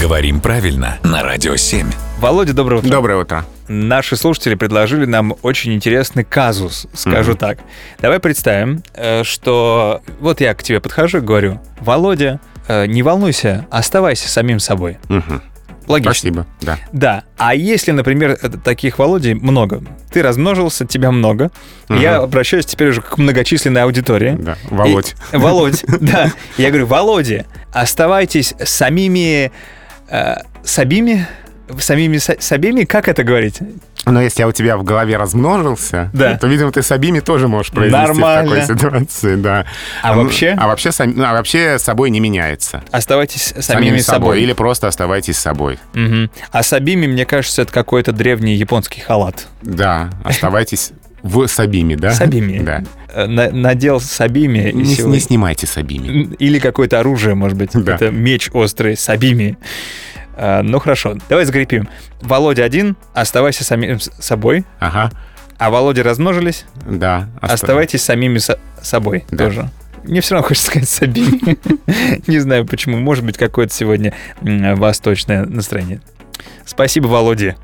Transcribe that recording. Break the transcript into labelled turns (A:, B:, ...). A: Говорим правильно на Радио 7.
B: Володя, доброе утро.
C: Доброе утро.
B: Наши слушатели предложили нам очень интересный казус, скажу так. Давай представим, э, что вот я к тебе подхожу и говорю, Володя, э, не волнуйся, оставайся самим собой.
C: Мгм.
B: Логично.
C: Спасибо. Да.
B: Да. А если, например, э, таких Володей много, ты размножился, тебя много, и я обращаюсь теперь уже к многочисленной аудитории.
C: Да. Володь.
B: И- Володь, да. Я говорю, Володя, оставайтесь самими... э, Сабими? Самими са- сабими? Как это говорить?
C: Но если я у тебя в голове размножился,
B: Да.
C: то, видимо, ты с обими тоже можешь произнести
B: Нормально.
C: в такой ситуации, да.
B: А
C: Ну,
B: вообще?
C: А вообще, сам- ну, а вообще собой не меняется.
B: Оставайтесь самими, собой.
C: Или просто оставайтесь собой.
B: Мгм. А сабими, мне кажется, это какой-то древний японский халат.
C: Да, оставайтесь в сабими, да?
B: Сабими.
C: Да.
B: Э, на- надел сабими. и
C: Не, с-
B: сегодня-
C: не снимайте сабими.
B: Или какое-то оружие, может быть.
C: Да.
B: Это меч острый, сабими. А, Ну хорошо, давай закрепим. Володя один, оставайся самим с- собой.
C: Ага,
B: А Володя размножились,
C: да. оста-
B: оставайтесь самими со- собой
C: Да.
B: тоже. Мне все равно хочется сказать Сабими. Не знаю почему. Может быть, какое-то сегодня м, восточное настроение. Спасибо, Володя.